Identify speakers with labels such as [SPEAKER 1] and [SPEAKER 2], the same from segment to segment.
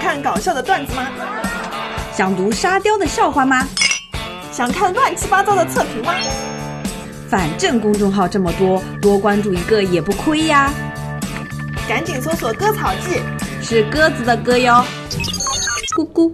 [SPEAKER 1] 看搞笑的段子吗？
[SPEAKER 2] 想读沙雕的笑话吗？
[SPEAKER 1] 想看乱七八糟的测评吗？
[SPEAKER 2] 反正公众号这么多，多关注一个也不亏呀。
[SPEAKER 1] 赶紧搜索“割草记
[SPEAKER 2] 是鸽子的歌哟，咕咕。”。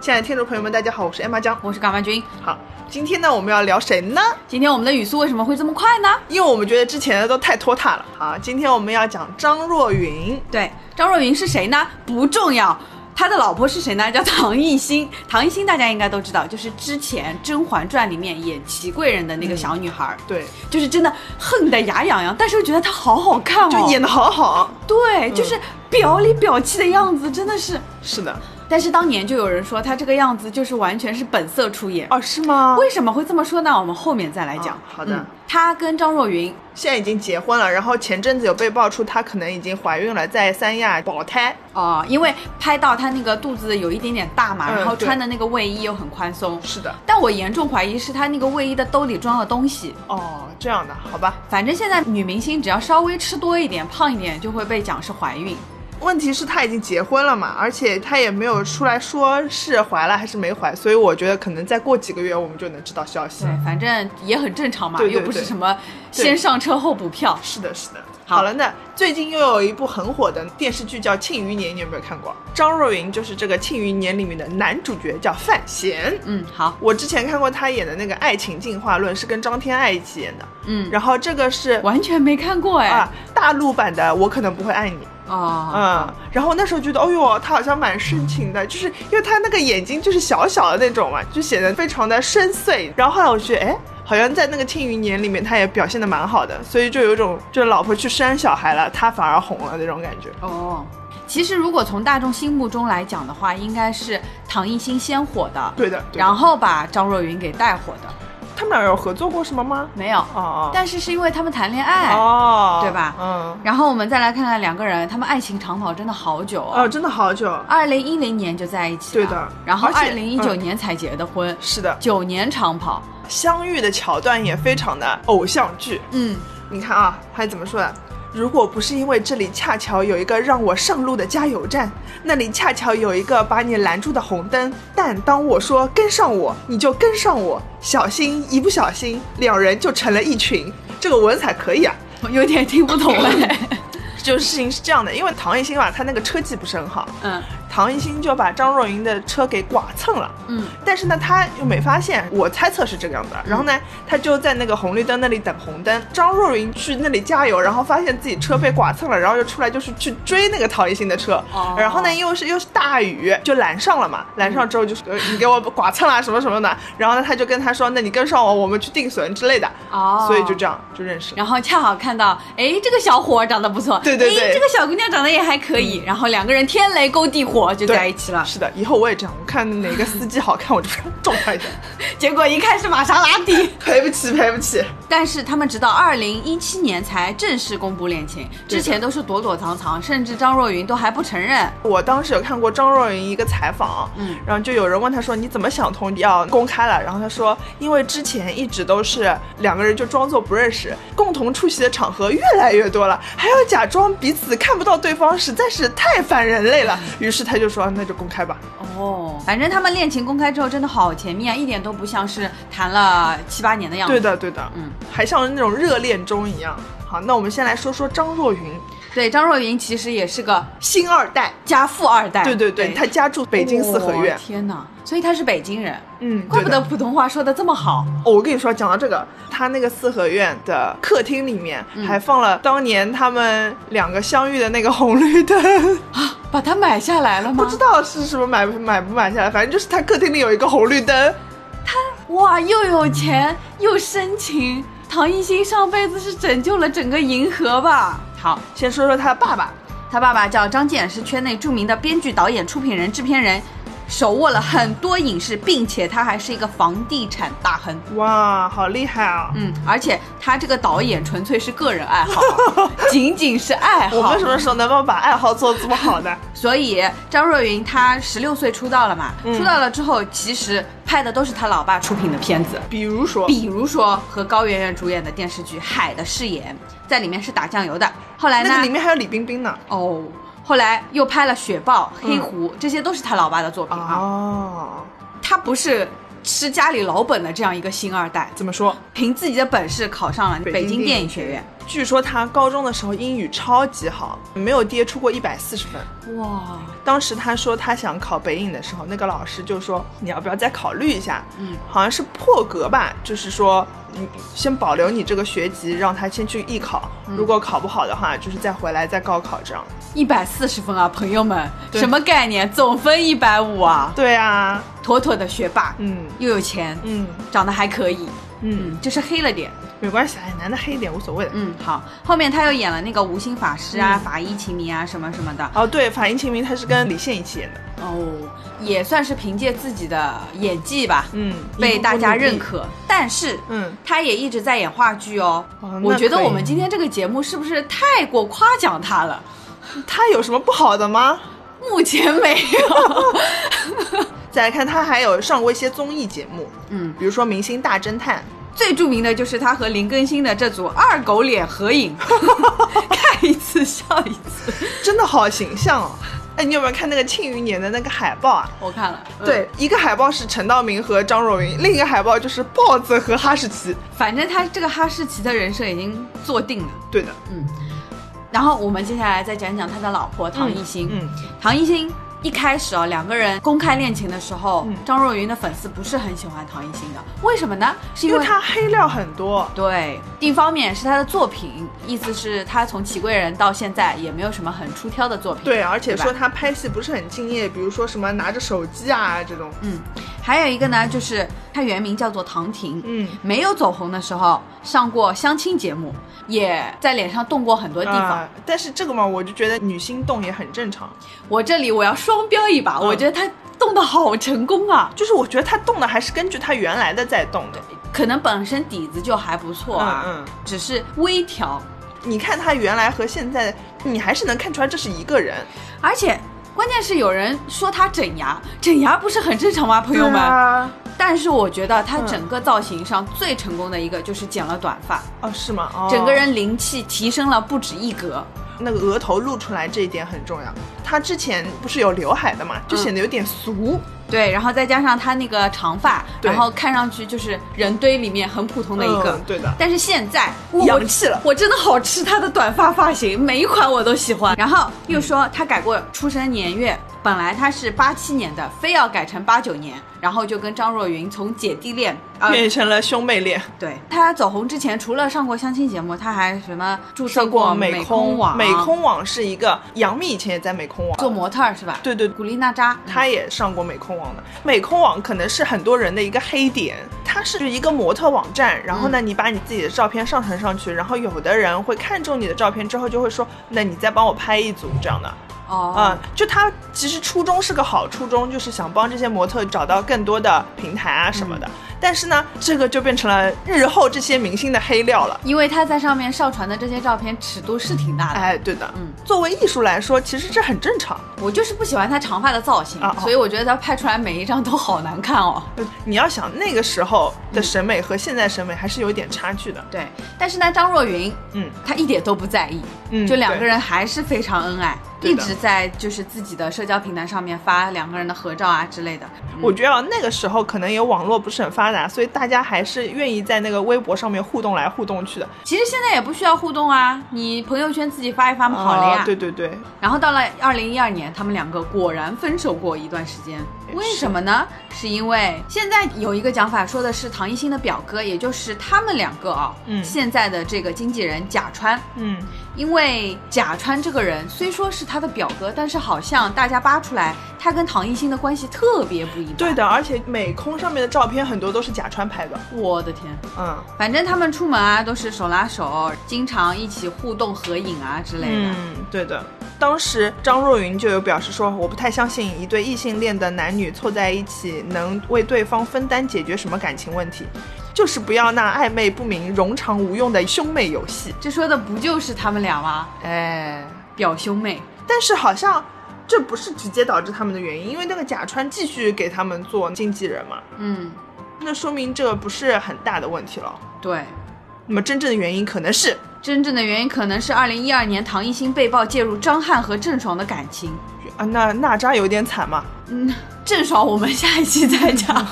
[SPEAKER 1] 亲爱的听众朋友们，大家好，我是艾玛江。
[SPEAKER 3] 我是港湾君。
[SPEAKER 1] 好，今天呢，我们要聊谁呢？
[SPEAKER 3] 今天我们的语速为什么会这么快呢？
[SPEAKER 1] 因为我们觉得之前的都太拖沓了啊。今天我们要讲张若昀。
[SPEAKER 3] 对，张若昀是谁呢？不重要。他的老婆是谁呢？ 叫唐艺昕。唐艺昕大家应该都知道，就是之前《甄嬛传》里面演祺贵人的那
[SPEAKER 2] 嗯
[SPEAKER 3] 个小女孩儿，
[SPEAKER 1] 对，
[SPEAKER 3] 就是真的恨得牙痒痒，但是又觉得她好好看哦，
[SPEAKER 1] 就演的好好。
[SPEAKER 3] 对，
[SPEAKER 2] 嗯
[SPEAKER 3] 就是表里表气的样子，真的是。
[SPEAKER 1] 是的，
[SPEAKER 3] 但是当年就有人说她这个样子就是完全是本色出演。
[SPEAKER 1] 哦，是吗？
[SPEAKER 3] 为什么会这么说呢？我们后面再来讲。
[SPEAKER 1] 啊好的
[SPEAKER 3] 嗯她跟张若昀
[SPEAKER 1] 现在已经结婚了，然后前阵子有被爆出她可能已经怀孕了，在三亚保胎。
[SPEAKER 3] 哦，因为拍到她那个肚子有一点点大嘛，
[SPEAKER 1] 嗯
[SPEAKER 3] 然后
[SPEAKER 1] 对
[SPEAKER 3] 穿的那个卫衣又很宽松。
[SPEAKER 1] 是的，
[SPEAKER 3] 但我严重怀疑是她那个卫衣的兜里装了东西。
[SPEAKER 1] 哦，这样的，好吧。
[SPEAKER 3] 反正现在女明星只要稍微吃多一点、胖一点，就会被讲是怀孕。
[SPEAKER 1] 问题是她已经结婚了嘛，而且她也没有出来说是怀了还是没怀，所以我觉得可能再过几个月我们就能知道消息
[SPEAKER 3] 对。，反正也很正常嘛，
[SPEAKER 1] 嗯对对
[SPEAKER 3] 又不是
[SPEAKER 1] 对
[SPEAKER 3] 什么
[SPEAKER 1] 对
[SPEAKER 3] 先上车后补票。
[SPEAKER 1] 是的，是的。
[SPEAKER 3] 好
[SPEAKER 1] 好了，那最近又有一部很火的电视剧叫《庆余年》，你有没有看过？张若昀就是这个《庆余年》里面的男主角，叫范闲。
[SPEAKER 3] 嗯，好，
[SPEAKER 1] 我之前看过他演的那个《爱情进化论》，是跟张天爱一起演的。
[SPEAKER 3] 嗯，
[SPEAKER 1] 然后这个是
[SPEAKER 3] 完全没看过哎。
[SPEAKER 1] 啊，大陆版的《我可能不会爱你》
[SPEAKER 3] 哦，
[SPEAKER 1] 嗯，然后那时候觉得，哦呦，他好像蛮深情的，就是因为他那个眼睛就是小小的那种嘛，就显得非常的深邃。然后后来我觉得，哎，好像在那个《庆余年》里面，他也表现的蛮好的，所以就有一种就是老婆去生小孩了，他反而红了那种感觉。
[SPEAKER 3] 哦。其实，如果从大众心目中来讲的话，应该是唐艺昕先火的，
[SPEAKER 1] 对的，对的
[SPEAKER 3] 然后把张若昀给带火的。
[SPEAKER 1] 他们俩有合作过什么吗？
[SPEAKER 3] 没有，
[SPEAKER 1] 哦哦，
[SPEAKER 3] 但是是因为他们谈恋爱。
[SPEAKER 1] 哦，
[SPEAKER 3] 对吧
[SPEAKER 1] 嗯，
[SPEAKER 3] 然后我们再来看看两个人，他们爱情长跑真的好久
[SPEAKER 1] 哦，
[SPEAKER 3] 哦。
[SPEAKER 1] 真的好久，
[SPEAKER 3] 二零一零年就在一起
[SPEAKER 1] 对
[SPEAKER 3] 了，
[SPEAKER 1] 的
[SPEAKER 3] 然后
[SPEAKER 1] 而
[SPEAKER 3] 二
[SPEAKER 1] 且
[SPEAKER 3] 零一九
[SPEAKER 1] 嗯
[SPEAKER 3] 年才结的婚，
[SPEAKER 1] 是的，
[SPEAKER 3] 九、年长跑。
[SPEAKER 1] 相遇的桥段也非常的偶像剧。
[SPEAKER 3] 嗯，
[SPEAKER 1] 你看啊，还怎么说的？如果不是因为这里恰巧有一个让我上路的加油站，那里恰巧有一个把你拦住的红灯，但当我说跟上我，你就跟上我，小心一不小心，两人就成了一群。这个文采可以啊。
[SPEAKER 3] 我有点听不懂
[SPEAKER 1] 嗯
[SPEAKER 3] 哎。
[SPEAKER 1] 就是事情是这样的，因为唐艺昕吧，她那个车技不是很好，
[SPEAKER 3] 嗯
[SPEAKER 1] 唐艺昕就把张若昀的车给剐蹭了。
[SPEAKER 3] 嗯，
[SPEAKER 1] 但是呢，他又没发现，我猜测是这个样子。然后呢，他就在那个红绿灯那里等红灯。张若昀去那里加油，然后发现自己车被剐蹭了，然后就出来就是去追那个陶艺昕的车。
[SPEAKER 3] 哦
[SPEAKER 1] 然后呢，又是又是大雨，就拦上了嘛。拦上之后就是、呃你给我剐蹭啦、什么什么的。然后呢，他就跟他说，那你跟上我，我们去定损之类的。
[SPEAKER 3] 哦，
[SPEAKER 1] 所以就这样就认识了。
[SPEAKER 3] 然后恰好看到，哎，这个小伙儿长得不错，哎
[SPEAKER 1] 对对对嗯
[SPEAKER 3] 诶这个小姑娘长得也还可以，然后两个人天雷勾地火就
[SPEAKER 1] 对
[SPEAKER 3] 在一起了。
[SPEAKER 1] 是的，以后我也这样，我看哪个司机好看，我就 撞他一 下。
[SPEAKER 3] 结果一看是玛莎拉 蒂，
[SPEAKER 1] 赔不起，赔不起。
[SPEAKER 3] 但是他们直到二零一七年才正式公布恋情，
[SPEAKER 1] 对的
[SPEAKER 3] 之前都是躲躲藏藏，甚至张若昀都还不承认。
[SPEAKER 1] 我当时有看过张若昀一个采访，
[SPEAKER 3] 嗯
[SPEAKER 1] 然后就有人问他说你怎么想通要公开了？然后他说，因为之前一直都是两个人就装作不认识，共同出席的场合越来越多了，还要假装彼此看不到对方，实在是太反人类了。
[SPEAKER 3] 嗯
[SPEAKER 1] 于是他就说那就公开吧。
[SPEAKER 3] 哦，反正他们恋情公开之后真的好甜蜜啊，一点都不像是谈了七八年的样子。
[SPEAKER 1] 对的，对的，
[SPEAKER 3] 嗯，
[SPEAKER 1] 还像那种热恋中一样。好，那我们先来说说张若昀，
[SPEAKER 3] 对，张若昀其实也是个
[SPEAKER 1] 星二代。
[SPEAKER 3] 家富二代。
[SPEAKER 1] 对对对，他家住北京四合院
[SPEAKER 3] 哎哦。天哪，所以他是北京人，
[SPEAKER 1] 嗯，
[SPEAKER 3] 怪不
[SPEAKER 1] 对
[SPEAKER 3] 得
[SPEAKER 1] 的
[SPEAKER 3] 普通话说的这么好。
[SPEAKER 1] 哦，我跟你说，讲到这个，他那个四合院的客厅里面
[SPEAKER 3] 嗯
[SPEAKER 1] 还放了当年他们两个相遇的那个红绿灯，
[SPEAKER 3] 把它买下来了 吗？
[SPEAKER 1] 不知道是什么买买不买下来，反正就是他客厅里有一个红绿灯。
[SPEAKER 3] 哇，又有钱又深情，唐艺昕上辈子是拯救了整个银河吧？好，
[SPEAKER 1] 先说说他爸爸，
[SPEAKER 3] 他爸爸叫张健，是圈内著名的编剧、导演、出品人、制片人，手握了很多影视，并且他还是一个房地产大亨。
[SPEAKER 1] 哇，好厉害啊！
[SPEAKER 3] 嗯，而且他这个导演纯粹是个人爱 好，仅仅是爱好。
[SPEAKER 1] 我们什么时候能够把爱好做得这么好 呢？
[SPEAKER 3] 所以张若昀他十六岁出道了嘛，
[SPEAKER 1] 嗯
[SPEAKER 3] 出道了之后，其实拍的都是他老爸出品的片子，
[SPEAKER 1] 比如说，
[SPEAKER 3] 比如说和高圆圆主演的电视剧《海的誓言》，在里面是打酱油的。后来
[SPEAKER 1] 那
[SPEAKER 3] 呢
[SPEAKER 1] 个里？面还有李冰冰呢。
[SPEAKER 3] 哦，后来又拍了《雪豹》《黑狐》，这些都是他老爸的作品啊。
[SPEAKER 1] 哦，
[SPEAKER 3] 他不是吃家里老本的这样一个星二代，
[SPEAKER 1] 怎么说？
[SPEAKER 3] 凭自己的本事考上了北京电
[SPEAKER 1] 电
[SPEAKER 3] 影学院。。
[SPEAKER 1] 据说他高中的时候英语超级好，没有跌出过一百四十分。
[SPEAKER 3] 哇，
[SPEAKER 1] 当时他说他想考北影的时候，那个老师就说你要不要再考虑一下？
[SPEAKER 3] 嗯，
[SPEAKER 1] 好像是破格吧，就是说你先保留你这个学籍，让他先去艺考，
[SPEAKER 3] 嗯
[SPEAKER 1] 如果考不好的话，就是再回来再高考这样。
[SPEAKER 3] 一百四十分啊，朋友们，
[SPEAKER 1] 对
[SPEAKER 3] 什么概念？总分一百五啊，
[SPEAKER 1] 对啊，
[SPEAKER 3] 妥妥的学霸，
[SPEAKER 1] 嗯
[SPEAKER 3] 又有钱，
[SPEAKER 1] 嗯
[SPEAKER 3] 长得还可以，
[SPEAKER 1] 嗯，
[SPEAKER 3] 嗯，就是黑了点。
[SPEAKER 1] 没关系，哎，男的黑一点无所谓的。
[SPEAKER 3] 嗯，好，后面他又演了那个无心法师啊、
[SPEAKER 1] 嗯
[SPEAKER 3] 法医秦明啊什么什么的，
[SPEAKER 1] 哦，对，法医秦明他是跟李现一起演的，
[SPEAKER 3] 哦，也算是凭借自己的演技吧，
[SPEAKER 1] 嗯，一
[SPEAKER 3] 被
[SPEAKER 1] 步
[SPEAKER 3] 大
[SPEAKER 1] 步
[SPEAKER 3] 家
[SPEAKER 1] 努力
[SPEAKER 3] 认，可。但是，
[SPEAKER 1] 嗯，
[SPEAKER 3] 他也一直在演话剧哦。
[SPEAKER 1] 哦
[SPEAKER 3] 我
[SPEAKER 1] 那
[SPEAKER 3] 觉得
[SPEAKER 1] 可以
[SPEAKER 3] 我们今天这个节目是不是太过夸奖他了？
[SPEAKER 1] 他有什么不好的吗？
[SPEAKER 3] 目前没有。
[SPEAKER 1] 再来看他还有上过一些综艺节目，
[SPEAKER 3] 嗯，
[SPEAKER 1] 比如说《明星大侦探》，
[SPEAKER 3] 最著名的就是他和林更新的这组二狗脸 合影，看一次笑一次。
[SPEAKER 1] 真的好形象哦。哎，你有没有看那个《庆余年》的那个海报啊？
[SPEAKER 3] 我看了，嗯
[SPEAKER 1] 对，一个海报是陈道明和张若昀，另一个海报就是豹子和哈士奇。
[SPEAKER 3] 反正他这个哈士奇的人设已经做定了。
[SPEAKER 1] 对的，
[SPEAKER 3] 嗯，然后我们接下来再讲讲他的老婆唐艺昕。
[SPEAKER 1] 嗯，
[SPEAKER 3] 唐艺昕一开始哦，两个人公开恋情的时候，
[SPEAKER 1] 嗯
[SPEAKER 3] 张若昀的粉丝不是很喜欢唐艺昕的，为什么呢？是
[SPEAKER 1] 因
[SPEAKER 3] 因
[SPEAKER 1] 为
[SPEAKER 3] 为
[SPEAKER 1] 他黑料很多。
[SPEAKER 3] 对，一方面是他的作品，意思是他从祺贵人到现在也没有什么很出挑的作品。
[SPEAKER 1] 对，而且
[SPEAKER 3] 对吧
[SPEAKER 1] 说他拍戏不是很敬业，比如说什么拿着手机啊这种。
[SPEAKER 3] 嗯，还有一个呢，就是他原名叫做唐婷，
[SPEAKER 1] 嗯，
[SPEAKER 3] 没有走红的时候上过相亲节目，也在脸上动过很多地方。
[SPEAKER 1] 啊但是这个嘛，我就觉得女心动也很正常。
[SPEAKER 3] 我这里我要双标一
[SPEAKER 1] 嗯
[SPEAKER 3] 把，我觉得他动的好成功啊，
[SPEAKER 1] 就是我觉得他动的还是根据他原来的在动的。
[SPEAKER 3] 可能本身底子就还不错啊，
[SPEAKER 1] 嗯嗯
[SPEAKER 3] 只是微调，
[SPEAKER 1] 你看他原来和现在，你还是能看出来这是一个人。
[SPEAKER 3] 而且关键是有人说他整牙，整牙不是很正常吗，朋友们？
[SPEAKER 1] 对啊，
[SPEAKER 3] 但是我觉得他
[SPEAKER 1] 嗯
[SPEAKER 3] 整个造型上最成功的一个就是剪了短发，
[SPEAKER 1] 哦是吗？哦、
[SPEAKER 3] 整个人灵气提升了不止一格。
[SPEAKER 1] 那个额头露出来这一点很重要。他之前不是有刘海
[SPEAKER 3] 嗯
[SPEAKER 1] 的嘛，就显得有点俗。
[SPEAKER 3] 对，然后再加上他那个长发，
[SPEAKER 1] 对
[SPEAKER 3] 然后看上去就是人堆里面很普通的一个。
[SPEAKER 1] 嗯对的
[SPEAKER 3] 但是现在我
[SPEAKER 1] 洋气了
[SPEAKER 3] 我，我真的好吃他的短发发型，每一款我都喜欢。然后又说他改过出生年月，本来他是八七年的，非要改成八九年，然后就跟张若昀从姐弟恋啊、
[SPEAKER 1] 变成了兄妹恋，
[SPEAKER 3] 对他走红之前，除了上过相亲节目，他还什么注册过
[SPEAKER 1] 美
[SPEAKER 3] 空网、
[SPEAKER 1] 美空网是一个，杨幂以前也在美空网
[SPEAKER 3] 做嗯模特儿是吧？
[SPEAKER 1] 对对
[SPEAKER 3] 古力娜扎，
[SPEAKER 1] 她也上过美空网的。美空网可能是很多人的一个黑点，它是一个模特网站，然后呢，
[SPEAKER 3] 嗯
[SPEAKER 1] 你把你自己的照片上传上去，然后有的人会看中你的照片之后，就会说，那你再帮我拍一组这样的。
[SPEAKER 3] 哦，
[SPEAKER 1] 嗯，就他其实初衷是个好初衷，就是想帮这些模特找到更多的平台啊什么
[SPEAKER 3] 嗯
[SPEAKER 1] 的。但是呢，这个就变成了日后这些明星的黑料了。
[SPEAKER 3] 因为他在上面上传的这些照片尺度是挺大的。
[SPEAKER 1] 哎，对的，
[SPEAKER 3] 嗯，
[SPEAKER 1] 作为艺术来说，其实这很正常。
[SPEAKER 3] 我就是不喜欢他长发的造型，
[SPEAKER 1] 啊哦
[SPEAKER 3] 所以我觉得他拍出来每一张都好难看哦。
[SPEAKER 1] 呃你要想那个时候的审美和现在审美还是有一点差距的。
[SPEAKER 3] 对，但是呢，张若昀
[SPEAKER 1] 嗯
[SPEAKER 3] 他一点都不在意，
[SPEAKER 1] 嗯，
[SPEAKER 3] 就两个
[SPEAKER 1] 对。
[SPEAKER 3] 人还是非常恩爱，
[SPEAKER 1] 对
[SPEAKER 3] 一
[SPEAKER 1] 的
[SPEAKER 3] 直在就是自己的社交平台上面发两个人的合照啊之类的。嗯
[SPEAKER 1] 我觉得啊那个时候可能也网络不是很发达，所以大家还是愿意在那个微博上面互动来互动去的。
[SPEAKER 3] 其实现在也不需要互动啊，你朋友圈自己发一发不好了呀。
[SPEAKER 1] 啊对对对，
[SPEAKER 3] 然后到了二零一二年，他们两个果然分手过一段时间。
[SPEAKER 1] 是
[SPEAKER 3] 为什么呢？是因为现在有一个讲法说的是唐艺昕的表哥，也就是他们两个啊、
[SPEAKER 1] 嗯
[SPEAKER 3] 现在的这个经纪人贾川，
[SPEAKER 1] 嗯，
[SPEAKER 3] 因为贾川这个人虽说是他的表哥，但是好像大家扒出来，他跟唐艺昕的关系特别不一般。
[SPEAKER 1] 对，的。而且美空上面的照片很多都是假川拍的。
[SPEAKER 3] 我的天，
[SPEAKER 1] 嗯。
[SPEAKER 3] 反正他们出门啊都是手拉手，经常一起互动合影啊之类的。
[SPEAKER 1] 嗯，对的。当时张若昀就有表示说，我不太相信一对异性恋的男女凑在一起能为对方分担解决什么感情问题，就是不要那暧昧不明、冗长无用的兄妹游戏。
[SPEAKER 3] 这说的不就是他们俩吗？
[SPEAKER 1] 哎，
[SPEAKER 3] 表兄妹。
[SPEAKER 1] 但是好像这不是直接导致他们的原因，因为那个贾川继续给他们做经纪人嘛，
[SPEAKER 3] 嗯，
[SPEAKER 1] 那说明这个不是很大的问题了。
[SPEAKER 3] 对。
[SPEAKER 1] 那么真正的原因可能是
[SPEAKER 3] 真正的原因可能是二零一二年唐艺昕被曝介入张翰和郑爽的感情。
[SPEAKER 1] 啊，那娜扎有点惨嘛。
[SPEAKER 3] 郑爽我们下一期再 讲，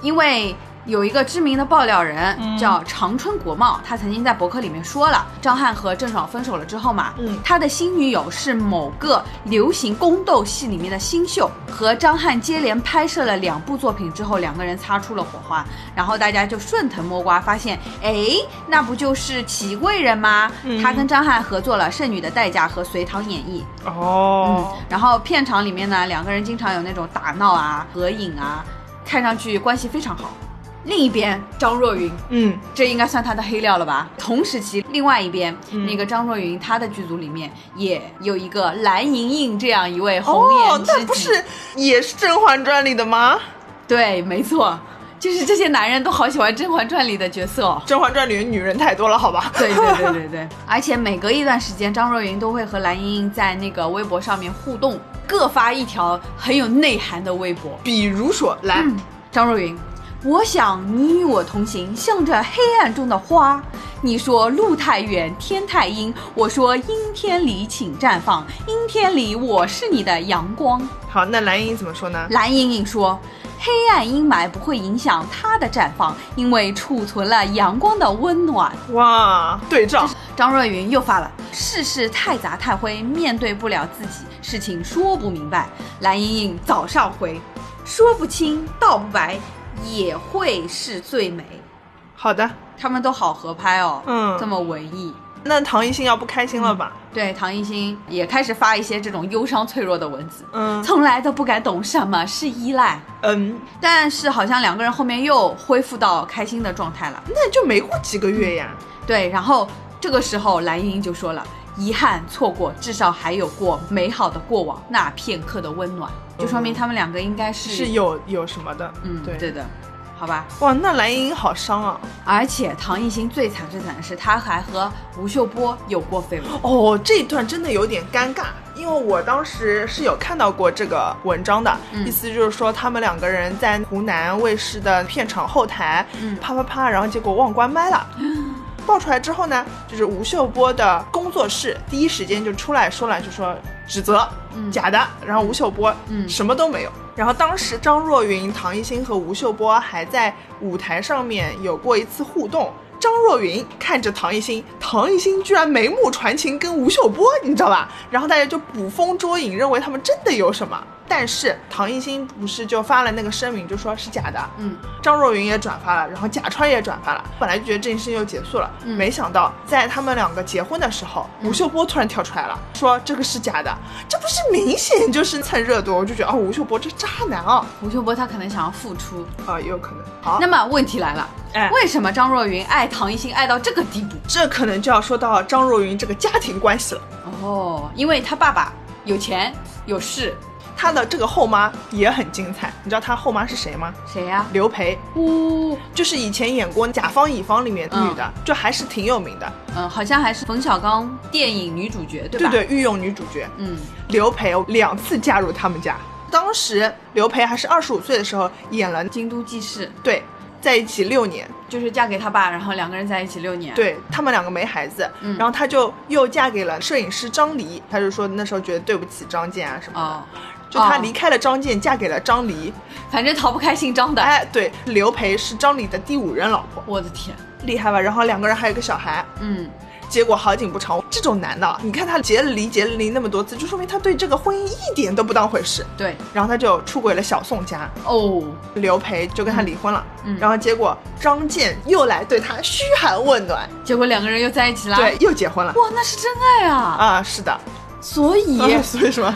[SPEAKER 3] 因为。有一个知名的爆料人
[SPEAKER 1] 嗯
[SPEAKER 3] 叫长春国贸，他曾经在博客里面说了，张翰和郑爽分手了之后嘛，
[SPEAKER 1] 嗯
[SPEAKER 3] 他的新女友是某个流行宫斗戏里面的新秀，和张翰接连拍摄了两部作品之后，两个人擦出了火花，然后大家就顺藤摸瓜，发现，哎，那不就是祺贵人吗？
[SPEAKER 1] 嗯
[SPEAKER 3] 他跟张翰合作了《剩女的代价》和《隋唐演义》，
[SPEAKER 1] 哦，
[SPEAKER 3] 嗯然后片场里面呢，两个人经常有那种打闹啊、合影啊，看上去关系非常好。另一边，张若昀，
[SPEAKER 1] 嗯，
[SPEAKER 3] 这应该算他的黑料了吧？同时期，另外一边、那个张若昀，他的剧组里面也有一个蓝盈莹这样一位红
[SPEAKER 1] 哦
[SPEAKER 3] 颜，知己，
[SPEAKER 1] 那不是也是《甄嬛传》里的吗？
[SPEAKER 3] 对，没错，就是这些男人都好喜欢《甄嬛传》里的角色哦。
[SPEAKER 1] 《甄嬛传》里的女人太多了，好吧？
[SPEAKER 3] 对对对对对， 而且每隔一段时间，张若昀都会和蓝盈莹在那个微博上面互动，各发一条很有内涵的微博。
[SPEAKER 1] 比如说，来，
[SPEAKER 3] 嗯张若昀，我想你与我同行，像这黑暗中的花。你说路太远，天太阴，我说阴天里请绽放，阴天里我是你的阳光。
[SPEAKER 1] 好，那蓝莹莹怎么说呢？
[SPEAKER 3] 蓝莹莹说，黑暗阴霾不会影响它的绽放，因为储存了阳光的温暖。
[SPEAKER 1] 哇，对照，
[SPEAKER 3] 张若昀又发了：世事太杂太灰，面对不了自己，事情说不明白。蓝盈莹早上回，说不清道不白，也会是最美。
[SPEAKER 1] 好的。
[SPEAKER 3] 他们都好合拍哦，
[SPEAKER 1] 嗯
[SPEAKER 3] 这么文艺。
[SPEAKER 1] 那唐艺昕要不开心了吧？
[SPEAKER 3] 对，唐艺昕也开始发一些这种忧伤脆弱的文字，
[SPEAKER 1] 嗯
[SPEAKER 3] 从来都不敢懂什么是依赖。
[SPEAKER 1] 嗯，
[SPEAKER 3] 但是好像两个人后面又恢复到开心的状态了。
[SPEAKER 1] 那就没过几个月呀。
[SPEAKER 3] 对，然后这个时候蓝盈莹就说了：“遗憾错过，至少还有过美好的过往，那片刻的温暖。”就说明他们两个应该是
[SPEAKER 1] 嗯是有有什么的，
[SPEAKER 3] 嗯
[SPEAKER 1] 对
[SPEAKER 3] 对的，好吧。
[SPEAKER 1] 哇，那蓝莹莹好伤啊！
[SPEAKER 3] 而且唐艺昕最惨最惨的是，她还和吴秀波有过绯闻。
[SPEAKER 1] 哦，这一段真的有点尴尬，因为我当时是有看到过这个文章的，
[SPEAKER 3] 嗯
[SPEAKER 1] 意思就是说他们两个人在湖南卫视的片场后台，
[SPEAKER 3] 嗯
[SPEAKER 1] 啪啪啪，然后结果忘关麦了。爆出来之后呢，就是吴秀波的工作室第一时间就出来说了，就说指责、
[SPEAKER 3] 嗯
[SPEAKER 1] 假的，然后吴秀波、
[SPEAKER 3] 嗯
[SPEAKER 1] 什么都没有。然后当时张若昀、唐艺昕和吴秀波还在舞台上面有过一次互动。张若昀看着唐艺昕，唐艺昕居然眉目传情跟吴秀波，你知道吧？然后大家就捕风捉影，认为他们真的有什么。但是唐艺昕不是就发了那个声明，就说是假的，
[SPEAKER 3] 嗯，
[SPEAKER 1] 张若昀也转发了，然后贾川也转发了。本来就觉得这件事情就结束了，
[SPEAKER 3] 嗯
[SPEAKER 1] 没想到在他们两个结婚的时候，
[SPEAKER 3] 嗯
[SPEAKER 1] 吴秀波突然跳出来了，说这个是假的，这不是明显就是蹭热度？我就觉得哦，吴秀波这渣男啊，
[SPEAKER 3] 吴秀波他可能想要复出。
[SPEAKER 1] 啊，也有可能。好，
[SPEAKER 3] 那么问题来了，
[SPEAKER 1] 哎
[SPEAKER 3] 为什么张若昀爱唐艺昕爱到这个地步？
[SPEAKER 1] 这可能就要说到张若昀这个家庭关系了，
[SPEAKER 3] 哦，因为他爸爸有钱有势，
[SPEAKER 1] 他的这个后妈也很精彩。你知道他后妈是谁吗？
[SPEAKER 3] 谁呀、
[SPEAKER 1] 刘培，
[SPEAKER 3] 呜，
[SPEAKER 1] 就是以前演过《甲方乙方》里面的女的，就还是挺有名的。
[SPEAKER 3] 嗯，好像还是冯小刚电影女主角，对
[SPEAKER 1] 对
[SPEAKER 3] 吧？
[SPEAKER 1] 对，御用女主角。
[SPEAKER 3] 嗯，
[SPEAKER 1] 刘培两次嫁入他们家。当时刘培还是二十五岁的时候演了，
[SPEAKER 3] 京都记事
[SPEAKER 1] 对，在一起六年，
[SPEAKER 3] 就是嫁给他爸，然后两个人在一起六年。，
[SPEAKER 1] 对他们两个没孩子，
[SPEAKER 3] 嗯
[SPEAKER 1] 然后她就又嫁给了摄影师张黎，她就说那时候觉得对不起张健啊什么的，
[SPEAKER 3] 哦，
[SPEAKER 1] 就她
[SPEAKER 3] 哦
[SPEAKER 1] 离开了张健，嫁给了张黎。
[SPEAKER 3] 反正逃不开姓张的。
[SPEAKER 1] 哎，对，刘培是张黎的第五任老婆，
[SPEAKER 3] 我的天，
[SPEAKER 1] 厉害吧？然后两个人还有一个小孩，
[SPEAKER 3] 嗯，
[SPEAKER 1] 结果好景不长，这种男的，你看他结了离，结了离那么多次，就说明他对这个婚姻一点都不当回事。
[SPEAKER 3] 对，
[SPEAKER 1] 然后他就出轨了小宋家，
[SPEAKER 3] 哦，
[SPEAKER 1] 刘培就跟他离婚了，
[SPEAKER 3] 嗯
[SPEAKER 1] 然后结果张健又来对他嘘寒问暖，
[SPEAKER 3] 结果两个人又在一起啦。
[SPEAKER 1] 对，，又结婚了。
[SPEAKER 3] 哇，那是真爱啊！
[SPEAKER 1] 啊，是 的，
[SPEAKER 3] 所以、
[SPEAKER 1] 啊 所以什么？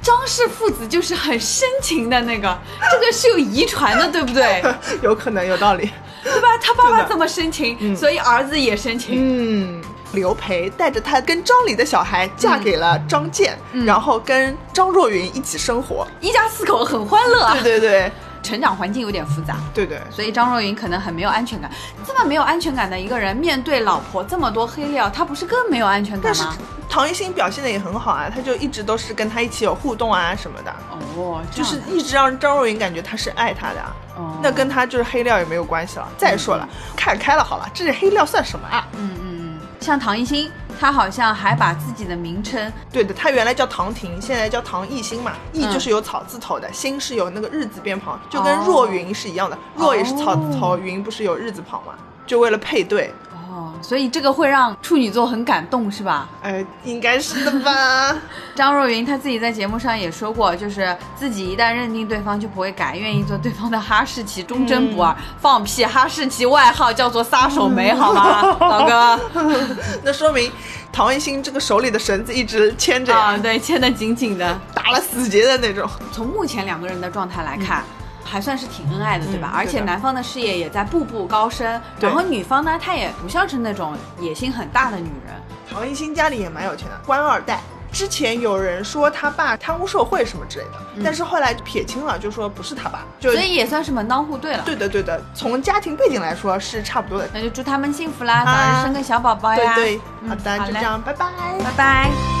[SPEAKER 3] 张氏父子就是很深情的那个，这个是有遗传的，对不对？
[SPEAKER 1] 有可能有道理。
[SPEAKER 3] 对吧？他爸
[SPEAKER 1] 真
[SPEAKER 3] 爸
[SPEAKER 1] 的
[SPEAKER 3] 这么深情，
[SPEAKER 1] 嗯
[SPEAKER 3] 所以儿子也深情。
[SPEAKER 1] 嗯，刘培带着他跟张黎的小孩嫁给了张健，
[SPEAKER 3] 嗯
[SPEAKER 1] 然后跟张若昀一起生活。
[SPEAKER 3] 一家四口很欢乐啊
[SPEAKER 1] 对，对对
[SPEAKER 3] 成长环境有点复杂。
[SPEAKER 1] 对 对，
[SPEAKER 3] 所以张若昀可能很没有安全感。这么没有安全感的一个人，面对老婆这么多黑料，他不是更没有安全
[SPEAKER 1] 但
[SPEAKER 3] 感
[SPEAKER 1] 是
[SPEAKER 3] 吗？
[SPEAKER 1] 唐艺昕表现的也很好啊，她就一直都是跟他一起有互动啊什么的，
[SPEAKER 3] 哦，这
[SPEAKER 1] 就
[SPEAKER 3] 样
[SPEAKER 1] 是
[SPEAKER 3] 的
[SPEAKER 1] 一直让张若昀感觉他是爱他的啊。
[SPEAKER 3] 哦，
[SPEAKER 1] 那跟他就是黑料也没有关系了。再说了，看开了好了，这黑料算什么啊？
[SPEAKER 3] 嗯嗯嗯，像唐艺昕，她好像还把自己的名称
[SPEAKER 1] 对的，他原来叫唐婷，现在叫唐艺昕嘛，艺
[SPEAKER 3] 嗯
[SPEAKER 1] 就是有草字头的，昕是有那个日字边旁，就跟
[SPEAKER 3] 哦
[SPEAKER 1] 若云是一样的，若也是草字头，云不是有日字旁嘛，就为了配对，
[SPEAKER 3] 哦，所以这个会让处女座很感动，是吧？
[SPEAKER 1] 哎，应该是的吧？
[SPEAKER 3] 张若昀她自己在节目上也说过，就是自己一旦认定对方就不会改，愿意做对方的哈士奇，忠贞不二。放屁！哈士奇外号叫做撒手梅，好 吗，老哥？
[SPEAKER 1] 那说明唐艺昕这个手里的绳子一直牵着呀，
[SPEAKER 3] 啊，对，牵得紧紧的。
[SPEAKER 1] 打了死结的那种。
[SPEAKER 3] 从目前两个人的状态来看。还算是挺恩爱嗯的，对吧？
[SPEAKER 1] 嗯
[SPEAKER 3] 而且
[SPEAKER 1] 对的
[SPEAKER 3] 男方的事业也在步步高升，
[SPEAKER 1] 对
[SPEAKER 3] 然后女方呢，她也不像是那种野心很大的女人，
[SPEAKER 1] 唐艺昕家里也蛮有钱的，官二代。之前有人说他爸贪污受贿什么之类的，但是后来撇清了，就说不是他爸，就
[SPEAKER 3] 嗯所以也算是门当户对了。
[SPEAKER 1] 对的对的，从家庭背景来说是差不多的。
[SPEAKER 3] 那就祝他们幸福啦，早日生个小宝宝呀！
[SPEAKER 1] 对对，
[SPEAKER 3] 嗯
[SPEAKER 1] 好的，
[SPEAKER 3] 啊好
[SPEAKER 1] 就
[SPEAKER 3] 嘞
[SPEAKER 1] 这样，拜拜。
[SPEAKER 3] 拜拜。